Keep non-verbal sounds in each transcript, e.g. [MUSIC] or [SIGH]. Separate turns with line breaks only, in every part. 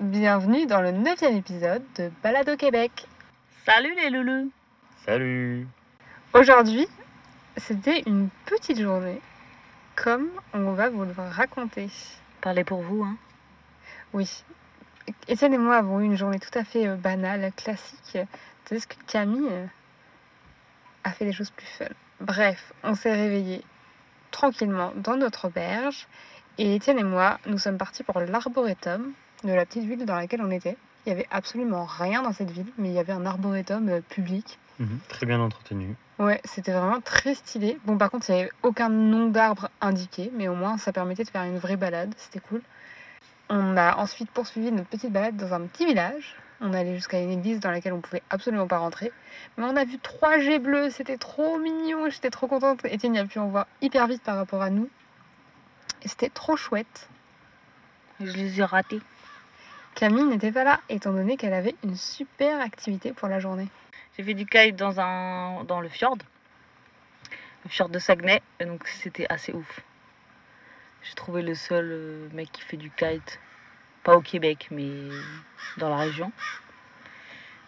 Bienvenue dans le neuvième épisode de Balade au Québec.
Salut les loulous
Salut
Aujourd'hui, c'était une petite journée, comme on va vous le raconter.
Parlez pour vous, hein
Oui, Étienne et moi avons eu une journée tout à fait euh, banale, classique, tandis que Camille euh, a fait des choses plus fun. Bref, on s'est réveillés tranquillement dans notre auberge, et Étienne et moi, nous sommes partis pour l'arboretum de la petite ville dans laquelle on était. Il y avait absolument rien dans cette ville, mais il y avait un arboretum euh, public
Très bien entretenu.
Ouais, c'était vraiment très stylé. Bon, par contre, il n'y avait aucun nom d'arbre indiqué, mais au moins ça permettait de faire une vraie balade, c'était cool. On a ensuite poursuivi notre petite balade dans un petit village. On allait jusqu'à une église dans laquelle on pouvait absolument pas rentrer. Mais on a vu trois jets bleus, c'était trop mignon, j'étais trop contente. Étienne a pu en voir hyper vite par rapport à nous. Et c'était trop chouette.
Je les ai ratés.
Camille n'était pas là, étant donné qu'elle avait une super activité pour la journée.
J'ai fait du kite dans, un... dans le fjord. Le fjord de Saguenay. Et donc c'était assez ouf. J'ai trouvé le seul euh, mec qui fait du kite. Pas au Québec, mais dans la région.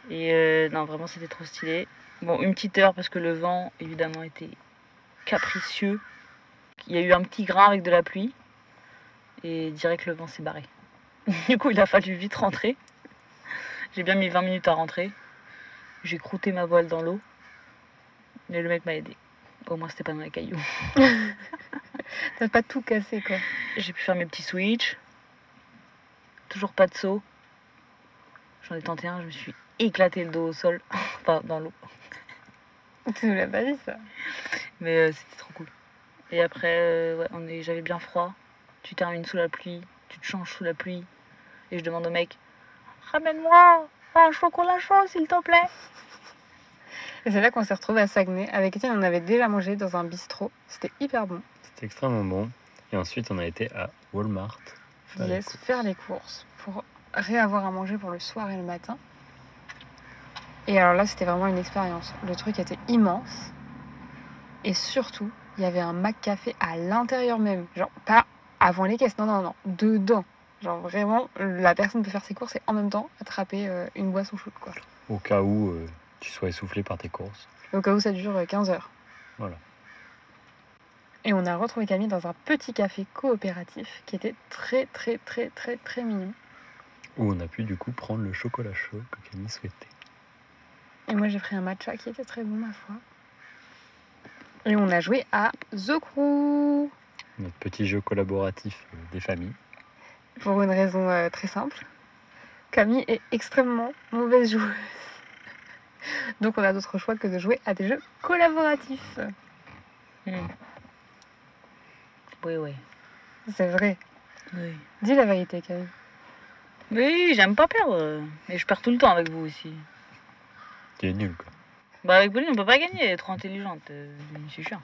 Et euh, non, vraiment c'était trop stylé. Bon, une petite heure parce que le vent, évidemment, était capricieux. Il y a eu un petit grain avec de la pluie. Et direct, le vent s'est barré. [LAUGHS] Du coup, il a fallu vite rentrer. J'ai bien mis 20 minutes à rentrer. J'ai croûté ma voile dans l'eau. Mais le mec m'a aidé. Au moins, c'était pas dans les cailloux. [LAUGHS]
T'as pas tout cassé, quoi.
J'ai pu faire mes petits switches. Toujours pas de saut. J'en ai tenté un, je me suis éclaté le dos au sol. [LAUGHS] enfin, dans l'eau.
Tu nous l'as pas dit, ça.
Mais euh, c'était trop cool. Et après, euh, ouais, on est, j'avais bien froid. Tu termines sous la pluie, tu te changes sous la pluie. Et je demande au mec Ramène-moi un chocolat chaud, s'il te plaît.
Et c'est là qu'on s'est retrouvés à Saguenay. Avec Étienne, on avait déjà mangé dans un bistrot. C'était hyper bon.
C'était extrêmement bon. Et ensuite, on a été à Walmart. Bah,
Je
les
laisse faire les courses pour réavoir à manger pour le soir et le matin. Et alors là, c'était vraiment une expérience. Le truc était immense. Et surtout, il y avait un Mac Café à l'intérieur même. Genre, pas avant les caisses, non, non, non, dedans. Genre, vraiment, la personne peut faire ses courses et en même temps attraper euh, une boisson chaude, quoi.
Au cas où euh, tu sois essoufflé par tes courses.
Au cas où ça dure euh, 15 heures.
Voilà.
Et on a retrouvé Camille dans un petit café coopératif qui était très, très, très, très, très mignon.
Où on a pu du coup prendre le chocolat chaud que Camille souhaitait.
Et moi, j'ai pris un matcha qui était très bon, ma foi. Et on a joué à The Crew
Notre petit jeu collaboratif euh, des familles.
pour une raison euh, très simple. Camille est extrêmement mauvaise joueuse. [LAUGHS] Donc, on a d'autres choix que de jouer à des jeux collaboratifs.
Oui, oui.
C'est vrai.
Oui,
Dis la vérité, Camille.
oui j'aime pas perdre. Mais je perds tout le temps avec vous aussi.
Tu es nul quoi.
Bah, avec Pauline, on peut pas gagner. Elle est trop intelligente. euh, C'est chiant.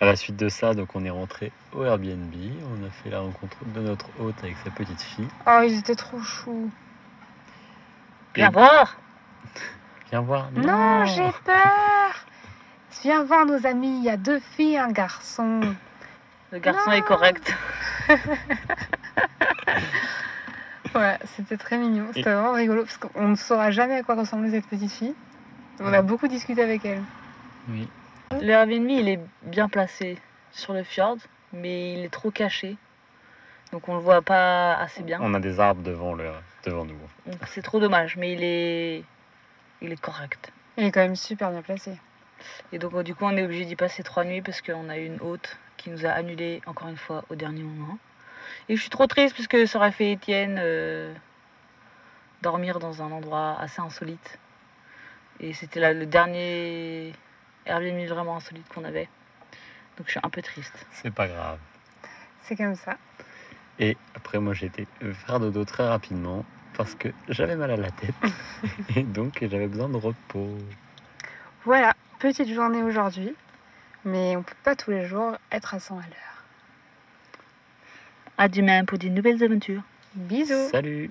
À la suite de ça, donc on est rentré au Airbnb. On a fait la rencontre de notre hôte avec sa petite fille.
Oh, ils étaient trop choux.
Viens voir
Viens voir.
Non, j'ai peur. Viens voir nos amis, il y a deux filles et un garçon. [LAUGHS]
Le garçon
Non.
est correct.
Voilà, c'était très mignon, c'était vraiment rigolo parce qu'on ne saura jamais à quoi ressemblait cette petite fille. On a
Ouais.
beaucoup discuté avec elle.
Oui.
Le Airbnb, il est bien placé sur le fjord, mais il est trop caché. Donc on le voit pas assez bien.
On a des arbres devant, le... devant nous.
Donc C'est trop dommage, mais il est, il est correct.
Elle est quand même super bien placée.
Et donc euh, du coup, on est obligé d'y passer trois nuits parce qu'on a eu une hôte qui nous a annulé encore une fois au dernier moment. Et je suis trop triste parce que ça aurait fait Étienne euh, dormir dans un endroit assez insolite. Et c'était là le dernier Airbnb vraiment insolite qu'on avait. Donc je suis un peu triste.
C'est pas grave.
C'est comme ça.
Et après, moi, j'ai été euh, faire dodo très rapidement parce que j'avais mal à la tête. et donc, j'avais besoin de repos.
Voilà, petite journée aujourd'hui, mais on peut pas tous les jours être à 100 à l'heure.
À demain pour de nouvelles aventures.
Bisous.
Salut